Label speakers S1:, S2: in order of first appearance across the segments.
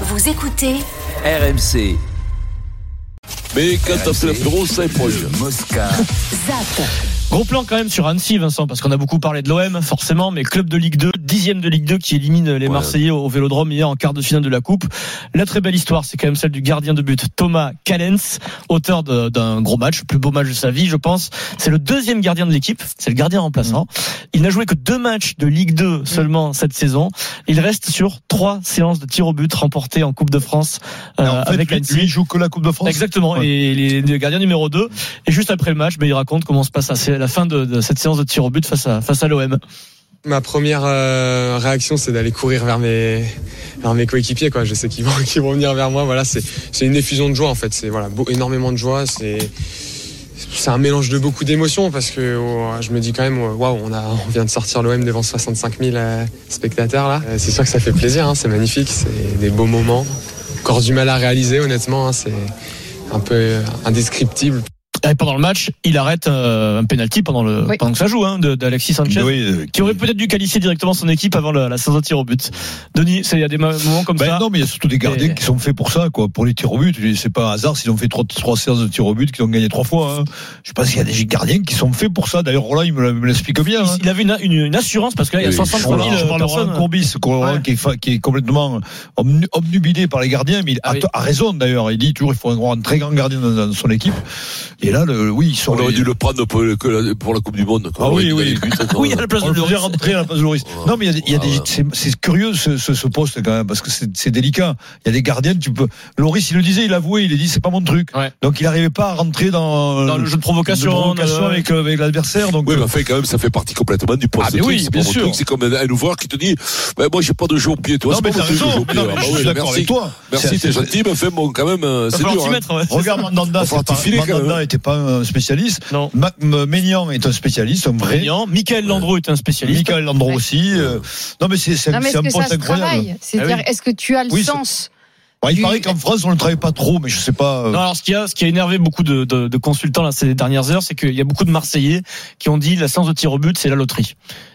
S1: Vous écoutez
S2: RMC,
S3: Mais quand t'as fait l'apéro, c'est proche.
S2: Mosca.
S1: ZAP.
S4: Gros plan quand même sur Annecy, Vincent, parce qu'on a beaucoup parlé de l'OM, forcément, mais club de Ligue 2, dixième de Ligue 2 qui élimine les Marseillais au Vélodrome hier en quart de finale de la Coupe. La très belle histoire, c'est quand même celle du gardien de but Thomas Callens, auteur de- d'un gros match, le plus beau match de sa vie, je pense. C'est le deuxième gardien de l'équipe, c'est le gardien remplaçant. Il n'a joué que deux matchs de Ligue
S5: Mm.
S4: 2 seulement cette saison. Il reste sur trois séances de tir au but remportées en Coupe de France euh, avec Annecy.
S5: joue que la Coupe de France.
S4: Exactement,
S5: Ouais.
S4: et il est le gardien numéro 2. Et juste après le match, ben, il raconte comment se passe la- la fin de, de cette séance de tir au but face à, face à l'OM.
S6: Ma première euh, réaction, c'est d'aller courir vers mes, vers mes coéquipiers. Quoi. Je sais qu'ils vont, qu'ils vont venir vers moi. Voilà, c'est c'est une effusion de joie en fait. C'est voilà, beau- énormément de joie. C'est c'est un mélange de beaucoup d'émotions parce que oh, je me dis quand même, waouh, on, a- on vient de sortir l'OM devant 65 000 euh, spectateurs là. Euh, C'est sûr que ça fait plaisir. hein, c'est magnifique. C'est des beaux moments. Encore du mal à réaliser, honnêtement. hein, c'est un peu indescriptible.
S4: Et pendant le match, il arrête euh, un penalty pendant, le, pendant que ça joue, hein, de- d'Alexis Sanchez.
S5: euh,
S4: Qui aurait peut-être dû qualifier directement son équipe avant la, la séance de tir au but. Denis, c'est- il y a des mo- moments comme
S5: Ben
S4: ça.
S5: non, mais il y a surtout des gardiens
S4: Et-
S5: qui sont faits pour ça, quoi, pour les tirs au but. Et C'est pas un hasard s'ils ont fait trois, trois séances de tirs au but, qu'ils ont gagné trois fois. hein. Je pense qu'il y a des gardiens qui sont faits pour ça. D'ailleurs, Roland, il me l'a- me l'explique bien. hein.
S4: Il, il avait une, une, une assurance parce que là, il y a
S3: Oui,
S4: 65
S5: Roland,
S4: 000
S5: je parle de Roland
S4: personnes.
S5: Courbis, Roland
S4: Ouais.
S5: qui, est fa- qui est complètement omnu- obnubilé par les gardiens, mais il a,
S4: Ah oui.
S5: a raison d'ailleurs. Il dit toujours il faut un, un très grand gardien dans, dans son équipe. Et là, le, oui, ils sont.
S3: On aurait dû le prendre pour, le- que la, pour la Coupe du Monde. quoi.
S5: Ah
S3: On
S5: oui,
S3: aurait dû
S5: oui.
S3: aller vite, quoi.
S4: Oui, à la place
S5: On
S4: de Ah
S5: le faisait
S4: Lloris.
S5: rentrer à la place de Lloris.
S3: Ouais.
S5: Non, mais il y a, des- il y a
S3: Ouais,
S5: des,
S3: ouais.
S5: c'est, c'est curieux ce, ce, ce poste quand même parce que c'est, c'est délicat. Il y a des gardiens, tu peux. Loris, il le disait, il avouait, il a dit c'est pas mon truc.
S4: Ouais.
S5: Donc il n'arrivait pas à rentrer dans,
S4: euh, Dans le jeu de provocation,
S5: euh, de provocation
S4: euh,
S5: avec, euh, avec l'adversaire. Donc
S3: Oui, mais
S5: euh,
S3: enfin, quand même, ça fait partie complètement du poste.
S4: Ah, mais
S3: de truc,
S4: oui,
S3: c'est pas
S4: bien
S3: mon
S4: sûr.
S3: truc. C'est comme un, un ouvreur qui te dit, ben, moi, j'ai pas de jeu au pied, toi.
S5: non,
S3: c'est
S5: mais
S3: pas mon
S5: t'as
S3: truc, le jeu
S5: raison.
S3: au pied.
S5: Non,
S3: Ah,
S5: mais
S3: bah
S5: je
S3: oui,
S5: suis d'accord
S3: merci.
S5: avec toi.
S3: Merci,
S5: C'est-
S3: t'es
S5: c'est-
S3: gentil, mais enfin, bon, quand même, euh,
S4: Il va
S3: c'est
S4: falloir
S3: dur.
S4: s'y
S3: hein.
S4: mettre, ouais.
S5: Regarde Mandanda,
S3: Faut
S5: c'est pas,
S3: rectifier, quand même.
S5: Mandanda était pas un spécialiste.
S4: Non.
S5: Ma- M- Maignan est un spécialiste, un vrai.
S4: Brillant. Michael Landreau est un spécialiste.
S5: Michael Landreau aussi. euh, Non, mais c'est, c'est,
S7: Non, mais
S5: c'est
S7: est-ce
S5: un
S7: que ça
S5: poste
S7: se
S5: incroyable.
S7: travaille C'est-à-dire,
S4: Ah oui.
S7: est-ce que tu as le
S5: Oui, c'est-
S7: sens
S5: Ouais, il
S7: Du-
S5: paraît qu'en France, on le travaille pas trop, mais je sais pas. euh,
S4: Non, alors ce qui a, ce qui a énervé beaucoup de, de- de consultants là, ces dernières heures, c'est qu'il y a beaucoup de Marseillais qui ont dit la séance de tir au but, c'est la loterie.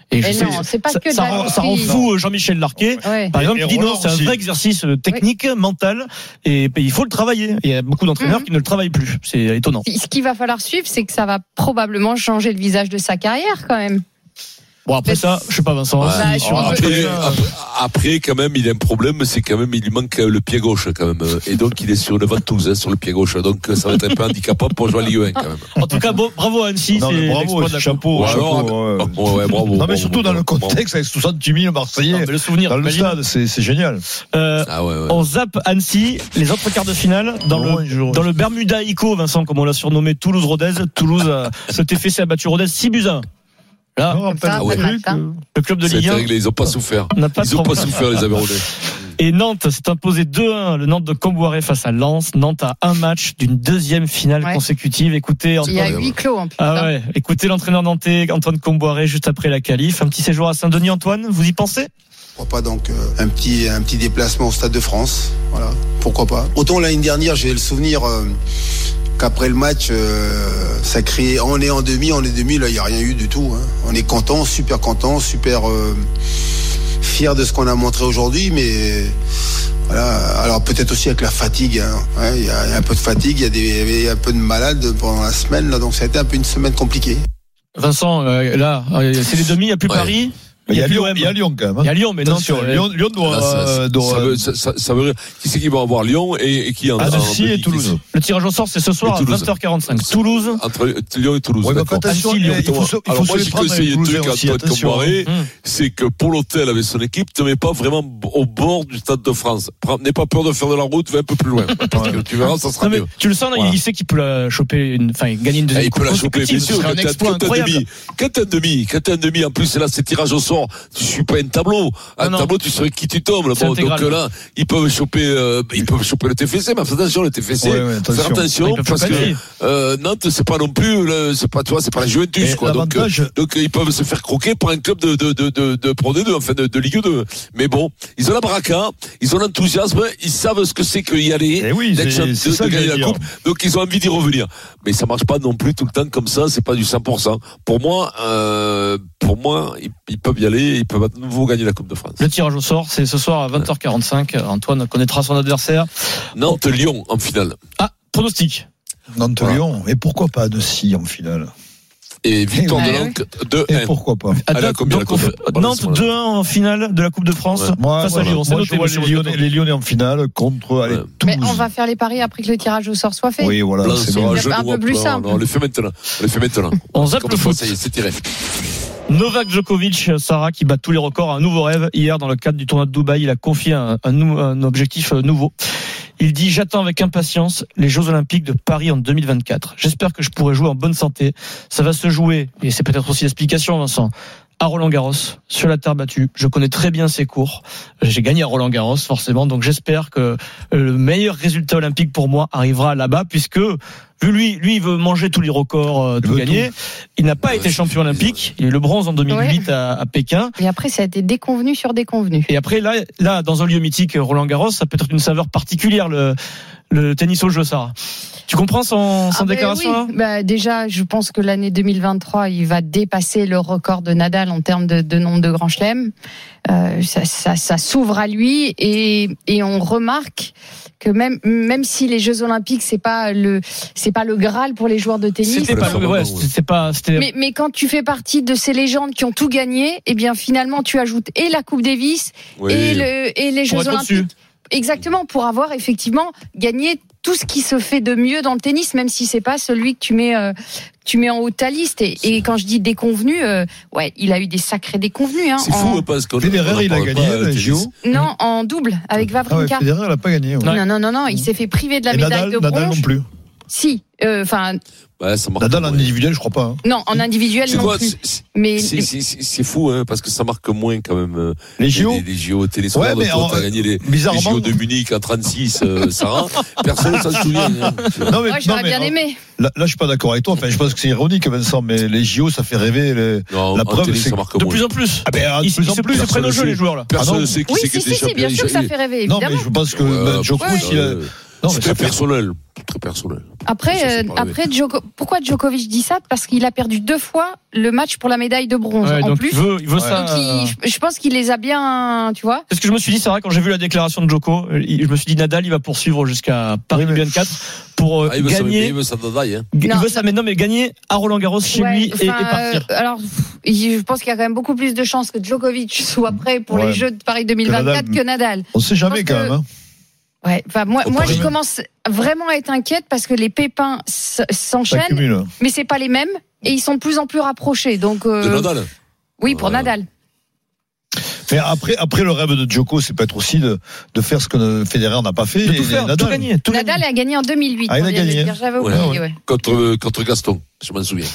S4: Et
S7: Mais
S4: je sais-
S7: non, c'est pas
S4: ça,
S7: que de
S4: ça
S7: la
S4: rend, ça rend
S7: loterie.
S4: fou euh, Jean-Michel Larquet.
S7: Ouais.
S4: Par
S5: Et-
S4: exemple,
S5: et
S4: il dit non,
S5: Roland
S4: c'est un
S5: aussi.
S4: vrai exercice euh, technique, mental, et, et il faut le travailler. Et il y a beaucoup d'entraîneurs
S7: Mhm.
S4: qui ne le travaillent plus. C'est étonnant.
S7: Ce qu'il va falloir suivre, c'est que ça va probablement changer le visage de sa carrière quand même.
S4: Bon, après
S7: Mais-
S4: ça, je sais pas, Vincent.
S3: Ouais.
S4: si-
S7: Bah,
S4: sur-
S7: je-
S4: après-
S3: Après,
S5: euh,
S3: après, après, quand même, il a un problème, c'est quand même, il lui manque le pied gauche, quand même. Et donc, il est sur une ventouse, hein, sur le pied gauche. Donc, ça va être un peu handicapant pour jouer à Ligue 1, quand même.
S4: En tout cas, bon, bravo à Annecy.
S5: Non,
S4: c'est
S5: mais bravo,
S4: l'exploit de
S5: c'est
S4: la Coupe.
S5: chapeau.
S3: Ou
S5: chapeau,
S3: alors,
S5: ouais.
S3: bon, ouais, bravo,
S5: Euh, non, mais
S3: bravo,
S5: surtout dans le
S3: bravo.
S5: contexte, avec 70 000
S4: Non,
S5: Marseillais
S4: mais le souvenir.
S5: dans le
S4: imagine.
S5: stade, c'est c'est génial.
S4: Euh,
S3: Ah ouais, ouais.
S4: On zappe Annecy, les autres quarts de finale dans
S5: Loin,
S4: le
S5: loin.
S4: dans le Bermuda Ico, Vincent, comme on l'a surnommé, Toulouse-Rodez. Toulouse, euh, a- le TFC a battu Rodez 6 buts à 1. Là,
S5: Non,
S7: Ah, ça, hein.
S5: rappelle-
S3: ouais.
S7: pas mal, ça.
S4: le club de
S3: C'est
S4: Ligue 1
S3: réglé, ils ont pas souffert.
S4: n'a pas de
S3: Ils ont pas
S4: problème.
S3: souffert, les Aveyronnais.
S4: Et Nantes s'est imposé 2-1, le Nantes de Comboiré face à Lens. Nantes a un match d'une deuxième finale
S7: Ouais.
S4: consécutive. Écoutez,
S7: Il y a
S4: Antoine...
S3: Incroyable.
S7: huis clos en plus.
S4: Ah
S7: hein.
S4: ouais, écoutez l'entraîneur nantais Antoine Comboiré juste après la qualif. Un petit séjour à Saint-Denis, Antoine, vous y pensez
S8: Pourquoi pas donc euh, un petit un petit déplacement au Stade de France, voilà. Pourquoi pas. Autant l'année dernière, j'ai le souvenir euh, qu'après le match, euh, ça criait on est en demi, on est demi. Là, il n'y a rien eu du tout. hein. On est content, super content, super euh, fier de ce qu'on a montré aujourd'hui, mais voilà. Alors peut-être aussi avec la fatigue. hein. Ouais, Il y, a il y a un peu de fatigue, il y a des il y avait un peu de malades pendant la semaine, là, donc ça a été un peu une semaine compliquée.
S4: Vincent, euh, là, euh, c'est les demi, il n'y a plus
S3: Ouais.
S4: Paris, il
S5: Il
S4: n'y
S5: y
S4: a
S5: a
S4: plus
S5: Lyon,
S4: l'OM.
S5: il y a Lyon quand
S4: Il
S5: même.
S4: y
S5: hein.
S4: a Lyon, mais Nantes,
S5: Attention,
S4: euh,
S5: Lyon, Lyon doit,
S3: Là, ça-
S5: euh,
S3: ça-
S5: doit-
S3: ça veut- ça- ça- ça veut dire, qui c'est qui va avoir Lyon et, et qui en en
S4: Ah,
S5: Annecy Ah, et
S3: demi, qui
S5: Toulouse.
S4: le tirage au sort, c'est ce soir
S3: Ah, Et
S4: à
S3: Toulouse.
S4: 20h45. Toulouse,
S3: c'est- Entre Lyon et Toulouse.
S5: Ouais, mais
S3: d'accord.
S5: attention,
S4: Annecy, Lyon.
S5: il faut se- il faut
S3: Alors
S5: se
S3: moi
S5: les
S3: j'ai
S5: prendre avec
S3: conseillé un
S5: Toulouse
S3: truc à
S5: aussi,
S3: Antoine
S5: attention. hein.
S3: Comboiré,
S4: Hum.
S3: c'est que pour l'hôtel avec son équipe, te mets pas vraiment au bord du Stade de France. Prends- N'aie pas peur de faire de la route, va un peu plus loin. Parce que tu verras, ça sera
S4: Non, mais
S3: mieux.
S4: tu le sens, là,
S3: Voilà.
S4: il sait qu'il peut la choper, une, enfin, gagner une
S3: Ah,
S4: deuxième
S3: il peut la
S4: coupe
S3: choper, bien
S4: consécutive. Ce
S3: sûr.
S4: serait
S3: Quand
S4: un
S3: t'as
S4: exploit
S3: quand t'as un
S4: incroyable. Ah,
S3: demi, quand t'as un demi, quand t'as un demi, en plus, là, c'est tirage au sort. Tu suis pas un tableau. Un
S4: Non, non.
S3: tableau, tu sais qui tu tombes. là.
S4: C'est
S3: Bon, donc
S4: intégral.
S3: euh, là, ils peuvent choper, euh, ils peuvent choper le TFC, mais fais attention, le TFC.
S5: Ouais, ouais, attention.
S3: Faire attention,
S4: Ils peuvent
S3: parce
S4: choper
S3: que,
S4: Annecy.
S3: euh, Nantes, c'est pas non plus, le- c'est pas, tu vois, c'est pas la Juventus,
S5: Et
S3: quoi. Donc, euh,
S5: L'avantage,
S3: donc euh, ils peuvent se faire croquer par un club de, de, de, de, de Pro D2, enfin de, de Ligue 2. Mais bon, ils ont la braca, ils ont l'enthousiasme, ils savent ce que c'est qu'y aller,
S5: Eh oui,
S3: d'être
S5: c'est-
S3: champion,
S5: c'est ça
S3: de
S5: que
S3: gagner
S5: j'allais
S3: la
S5: dire.
S3: coupe, donc ils ont envie d'y revenir. Mais ça marche pas non plus tout le temps comme ça, c'est pas du 100%. Pour moi, euh, pour moi, ils, ils peuvent y régaler. Ils peuvent à nouveau gagner la Coupe de France.
S4: Le tirage au sort, c'est ce soir à 20h45. Antoine connaîtra son adversaire.
S3: Nantes-Lyon en finale.
S4: Ah, pronostic.
S5: Nantes-Lyon. Et pourquoi pas de si en finale
S3: Et victoire de
S7: Ah ouais.
S3: Nantes 2
S5: Et pourquoi pas
S4: Ah,
S3: Allez, à combien la
S4: donc,
S3: Coupe
S4: on-
S3: Voilà,
S4: Nantes
S3: c'est bon.
S4: 2-1 en finale de la Coupe de France
S3: Ouais.
S5: Moi,
S4: face à
S5: voilà.
S4: Lyon. C'est
S5: Moi,
S4: noté,
S5: je vois
S4: monsieur
S5: les
S4: Moscato.
S5: Lyonnais, les Lyonnais en finale contre allez,
S3: Ouais.
S5: Toulouse.
S7: Mais on va faire les paris après que le tirage au sort soit fait.
S5: Oui, voilà.
S3: Là,
S5: Ah, c'est
S3: ça
S5: bon.
S3: aura
S7: un
S3: jeu de
S7: peu
S3: moi.
S7: plus
S3: Non,
S7: simple.
S3: non, On le fait maintenant. On le fait maintenant.
S4: On zappe
S3: Comme
S4: le
S3: de fois,
S4: foot.
S3: ça y est, c'est tiré.
S4: Novak Djokovic, Sarah, qui bat tous les records, un nouveau rêve. Hier, dans le cadre du tournoi de Dubaï, il a confié un, un nou- un objectif euh, nouveau. Il dit J'attends avec impatience les Jeux Olympiques de Paris en 2024. J'espère que je pourrai jouer en bonne santé. Ça va se jouer, et c'est peut-être aussi l'explication, Vincent, à Roland Garros, sur la terre battue. Je connais très bien ses cours. J'ai gagné à Roland Garros, forcément, donc j'espère que euh, le meilleur résultat olympique pour moi arrivera là-bas, puisque. Vu lui, lui, il veut manger tous les records, euh,
S5: Il
S4: tout
S5: veut
S4: gagner. Il n'a pas
S3: Ouais,
S4: été
S3: c'est
S4: champion
S3: bizarre.
S4: olympique. Il a eu le bronze en 2008 à, à Pékin.
S7: Et après, ça a été déconvenu sur déconvenu.
S4: Et après, là, là, dans un lieu mythique, Roland Garros, ça peut être une saveur particulière, le, le tennis au jeu, Sarah. Tu comprends son, son
S7: Ah ben
S4: déclaration là
S7: oui. Bah, Déjà, je pense que l'année 2023, il va dépasser le record de Nadal en termes de, de nombre de grands chelems. Euh, ça ça- ça s'ouvre à lui et, et on remarque que même, même si les Jeux Olympiques, c'est pas le c'est pas le Graal pour les joueurs de tennis.
S4: C'était
S3: le
S4: pas,
S3: format,
S4: ouais,
S3: ouais.
S4: c'était pas, c'était
S7: Mais, mais quand tu fais partie de ces légendes qui ont tout gagné, eh bien finalement tu ajoutes et la Coupe Davis
S3: Oui.
S7: et, le, et les
S4: pour
S7: Jeux
S4: être
S7: Olympiques.
S4: au-dessus.
S7: Exactement, pour avoir effectivement gagné tout ce qui se fait de mieux dans le tennis, même si c'est pas celui que tu mets, euh, que tu mets en haut de ta liste. Et, et quand je dis déconvenu, euh, ouais, il a eu des sacrés déconvenus. Hein,
S3: C'est
S7: en-
S3: fou
S5: euh.
S3: hein, parce qu'on on en
S5: Federer, il a
S3: parle
S5: gagné
S3: pas, euh,
S5: le
S3: tennis.
S5: JO.
S7: Non, en double avec
S5: Ah ouais,
S7: Wawrinka.
S5: Federer, il a pas gagné. ouais.
S7: non, non, non, non, il s'est fait priver de la
S5: Et
S7: médaille
S5: Nadal,
S7: de bronze.
S5: Nadal non plus.
S7: Si, euh, enfin,
S3: Ouais, Bah, ça marque.
S5: Nadal en
S3: moins.
S5: individuel, je crois pas. hein.
S7: non, en individuel
S3: C'est
S7: non
S3: quoi
S7: plus.
S3: c'est- c'est-
S7: Mais
S3: c'est- c'est- c'est- C'est fou hein, parce que ça marque moins quand même. euh,
S5: Les JO,
S3: Les, les JO télé
S5: Ouais, mais en-
S3: t'as gagné les, les
S5: bizarrement.
S3: JO de Munich en 36, euh, Sarah. Personne ne s'en souvient. hein.
S5: Non, mais,
S7: moi,
S5: non,
S7: j'aurais
S5: mais,
S7: bien
S5: euh,
S7: aimé.
S5: Là, là, je suis pas d'accord avec toi. Enfin, je pense que c'est ironique, Vincent, mais les JO, ça fait rêver. Les...
S3: Non,
S5: La
S3: en
S5: preuve,
S3: télé,
S5: c'est
S3: ça marque
S4: De
S3: moins.
S4: plus en plus.
S5: Ah, ben, de
S4: Ils,
S5: plus en
S4: ils se-
S5: plus.
S4: ils se prennent au jeu,
S3: personne
S4: les joueurs, là.
S3: Personne
S5: Ah
S3: ne
S5: non.
S3: sait qui
S7: Oui,
S3: c'est
S7: si,
S3: qui
S7: si, si, bien sûr que ça fait rêver,
S5: Non,
S7: évidemment.
S5: mais je pense que
S3: Ouais,
S5: ben, Joe
S7: ouais.
S5: Cruz, il
S4: euh,
S5: a- Non, mais
S3: C'est
S5: ça
S3: très
S5: fait-
S3: personnel. Très personnel. Ça,
S7: Après,
S3: c'est
S7: euh,
S3: pas vrai.
S7: après Djoko- pourquoi Djokovic dit ça Parce qu'il a perdu deux fois le match pour la médaille de bronze
S4: Ouais,
S7: en
S4: donc
S7: plus.
S4: il veut, il veut
S5: Ouais.
S4: ça.
S7: Donc, il- je- je pense qu'il les a bien, tu vois.
S4: C'est ce que je me suis dit, Sarah, quand j'ai vu la déclaration de Joko. euh, il- Je me suis dit, Nadal, il va poursuivre jusqu'à Paris
S5: Oui, mais-
S4: 24 pour euh,
S3: Ah, il veut
S4: gagner.
S3: s'amener, il veut s'amener, hein.
S4: Il
S7: Non.
S4: veut ça maintenant, mais gagner à Roland Garros chez
S7: Ouais,
S4: lui et, et
S7: enfin,
S4: partir.
S7: euh, alors, pff, je pense qu'il y a quand même beaucoup plus de chances que Djokovic soit prêt pour
S5: Ouais.
S7: les Jeux de Paris 2024 que Nadal.
S5: On sait jamais
S7: Je pense
S5: quand même.
S7: que-
S5: hein.
S7: Ouais. Enfin, moi,
S3: Au
S7: moi,
S3: Paris.
S7: je commence vraiment à être inquiète parce que les pépins s-
S5: Ça
S7: s'enchaînent,
S5: cumule.
S7: mais c'est pas les mêmes et ils sont de plus en plus rapprochés. Donc, euh,
S3: De Nadal.
S7: oui, pour
S3: Ouais.
S7: Nadal.
S5: Mais après, après le rêve de Djoko, c'est peut-être aussi de, de faire ce que euh, Federer n'a pas fait.
S4: De
S5: et
S4: tout faire,
S5: Nadal.
S4: tout gagner. Tout
S7: Nadal
S4: gagner.
S7: a gagné en 2008.
S5: Ah, il
S7: on
S5: a
S7: vient de le
S5: gagné.
S7: dire, J'avais
S3: Ouais.
S7: oublié. ouais.
S3: Contre, contre Gaston, je m'en souviens.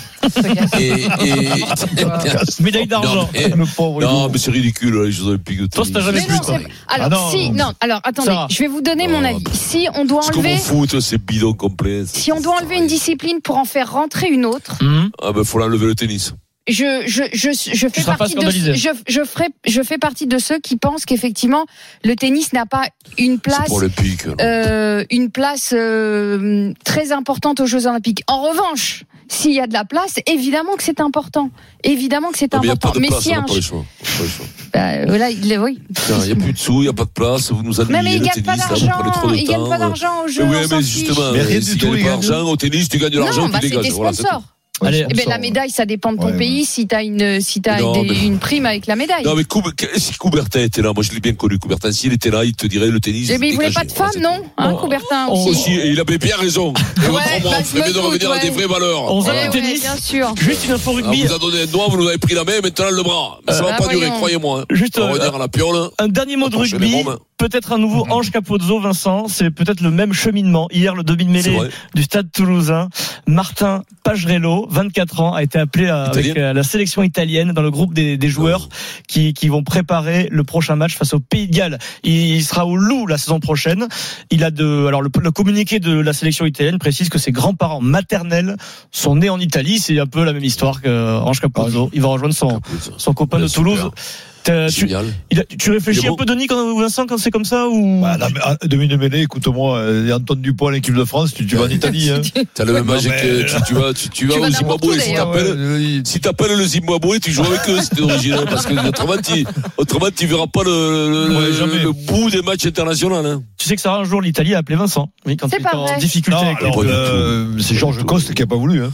S3: Et, et-
S4: Médaille d'argent.
S3: Non, mais- eh,
S5: Le pauvre.
S3: non,
S5: Hugo.
S3: mais c'est ridicule, hein, les Jeux Olympiques de
S4: Toi,
S3: tennis.
S4: t'as jamais
S7: Mais vu, non, toi. Alors,
S5: Ah non.
S7: si, non, alors attendez,
S4: Sarah.
S7: je vais vous donner mon
S3: Oh,
S7: avis. Si on doit
S3: C'est comme
S7: enlever,
S3: au foot, c'est bidon complet.
S7: si on doit enlever une discipline pour en faire rentrer une autre,
S4: Hum.
S3: Ah, ben, faut l'enlever le tennis.
S7: je je je je fais
S4: seras pas
S7: partie de
S4: scandalisé.
S7: je je ferai je fais partie de ceux qui pensent qu'effectivement le tennis n'a pas une
S3: C'est
S7: place
S3: pour olympique. non.
S7: euh, une place euh, très importante aux Jeux Olympiques. En revanche, s'il y a de la place, évidemment que c'est important. Évidemment que c'est
S3: Non, mais il n'y a
S7: important.
S3: pas de place, hein,
S7: si
S3: on
S7: un
S3: n'a pas le choix. on n'a pas le choix.
S7: bah, voilà, il est- oui.
S3: Putain, Il n'y a plus de sous, il n'y a pas de place, vous nous
S7: Non,
S3: annulez
S7: mais
S3: le
S7: il gagne
S3: tennis,
S7: pas
S3: là, hein, vous prenez trop
S7: d'argent.
S3: de
S7: Il gagne
S3: temps.
S7: pas d'argent aux
S3: Mais
S7: Jeux.
S3: oui,
S7: on s'en
S3: mais
S7: fiche.
S3: justement,
S5: Mais rien
S3: euh,
S5: du
S3: si tu
S5: tout,
S3: gagnes
S5: il
S3: pas
S5: gagne.
S3: d'argent au tennis, tu gagnes de l'argent,
S7: Non,
S3: tu
S7: bah, c'est
S3: dégages.
S7: tes
S3: Voilà, c'est
S7: sponsors.
S5: Ouais,
S4: Allez.
S5: c'est
S7: Eh ben,
S5: ça,
S7: la
S5: ouais.
S7: médaille, ça dépend de ton
S5: Ouais,
S7: pays, si t'as une, si t'as
S3: Non,
S7: des-
S3: mais-
S7: une prime avec la médaille.
S3: tout. Non, mais Coub- si Coubertin était là, moi je l'ai bien connu, Coubertin, s'il était là, il te dirait le tennis.
S7: Eh ben, il voulait
S3: dégagez.
S7: pas de femme,
S3: Voilà,
S7: non Hein,
S4: Oh,
S7: Coubertin
S4: oh,
S7: aussi.
S3: c'est- Si, et il avait bien raison. Et
S7: Ouais,
S3: autrement,
S7: bah,
S3: on
S7: je
S3: ferait
S7: me
S3: bien hein, de
S7: doute,
S3: revenir à
S7: ouais.
S3: des vraies valeurs.
S4: On
S7: Ouais,
S4: va
S3: Voilà.
S4: au
S7: Eh ouais,
S4: tennis.
S7: bien sûr.
S4: Juste une info
S3: Ah, On
S4: rugby.
S3: vous a donné un doigt, vous nous avez pris la main, maintenant le bras. Mais ça
S7: Euh,
S3: va
S7: ah,
S3: pas durer,
S7: voyons.
S3: croyez-moi. hein.
S4: Juste
S3: On va
S4: euh,
S3: revenir à la piole.
S4: un dernier mot de
S3: Attention,
S4: rugby.
S3: les bombes. Mmh.
S4: Peut-être un nouveau Ange Capozzo, Vincent. C'est peut-être le même cheminement. Hier, le
S3: C'est
S4: demi-mêlée
S3: vrai.
S4: du stade toulousain, Martin Pagerello, 24 ans, a été appelé à- avec
S3: Italien. Mmh.
S4: euh, la sélection italienne dans le groupe des, des joueurs qui, qui vont préparer le prochain match face au Pays de Galles. Il, il sera au Loup la saison prochaine. Il a de, alors le, le communiqué de la sélection italienne précise que ses grands-parents maternels sont euh, nés en Italie. C'est un peu la même histoire que Ange Capozzo. Il va rejoindre son, son copain
S3: Ouais,
S4: de Toulouse. T'as- Ah, tu,
S3: Génial.
S4: il a- tu réfléchis
S3: Il est
S4: un
S3: beau.
S4: peu, Denis, quand, Vincent, quand c'est comme ça ou
S5: Bah, la, à demi de mêlée, écoute-moi, euh, Antoine Dupont, l'équipe de France, tu, tu vas en Italie. Hein.
S3: T'as le même âge
S5: Non, mais- euh,
S3: que tu, tu vas, tu, tu vas
S7: vas
S3: au
S7: n'importe où,
S3: Zimbabwe. Si
S7: d'ailleurs.
S3: t'appelles,
S5: Ouais,
S3: si t'appelles le Zimbabwe, tu joues avec eux, c'est original. Parce que autrement, tu, autrement, tu verras pas le, le- le-
S5: Ouais, jamais.
S3: le bout des matchs internationaux. Hein.
S4: tu sais que Sarah un jour l'Italie a appelé Vincent Oui, quand
S7: C'est
S4: il
S7: pas
S4: était en
S7: vrai.
S4: difficulté.
S5: Non,
S4: avec les-
S5: alors,
S3: du
S5: euh, c'est Georges Coste qui a pas voulu. Hein.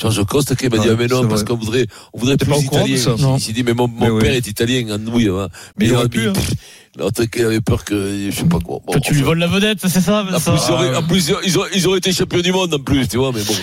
S3: Georges Coste qui m'a dit
S5: Ouais,
S3: ah, mais non
S5: c'est
S3: parce
S5: vrai.
S3: qu'on voudrait on voudrait
S5: T'es
S3: plus
S5: pas au courant de
S3: italien.
S5: ça
S3: Il s'est dit mais mon, mon
S5: Mais oui.
S3: père est italien en nouille. hein.
S5: Mais il
S3: euh,
S5: aurait pu, hein.
S3: pff, L'autre qui avait peur que je sais pas quoi. Bon,
S4: Toi, tu lui
S3: enfin,
S4: voles la vedette, c'est ça,
S3: en
S4: Vincent Ah,
S5: hein.
S3: plus, ils auraient- en plus, ils auraient- ils auraient été champions du monde en plus, tu vois, mais bon.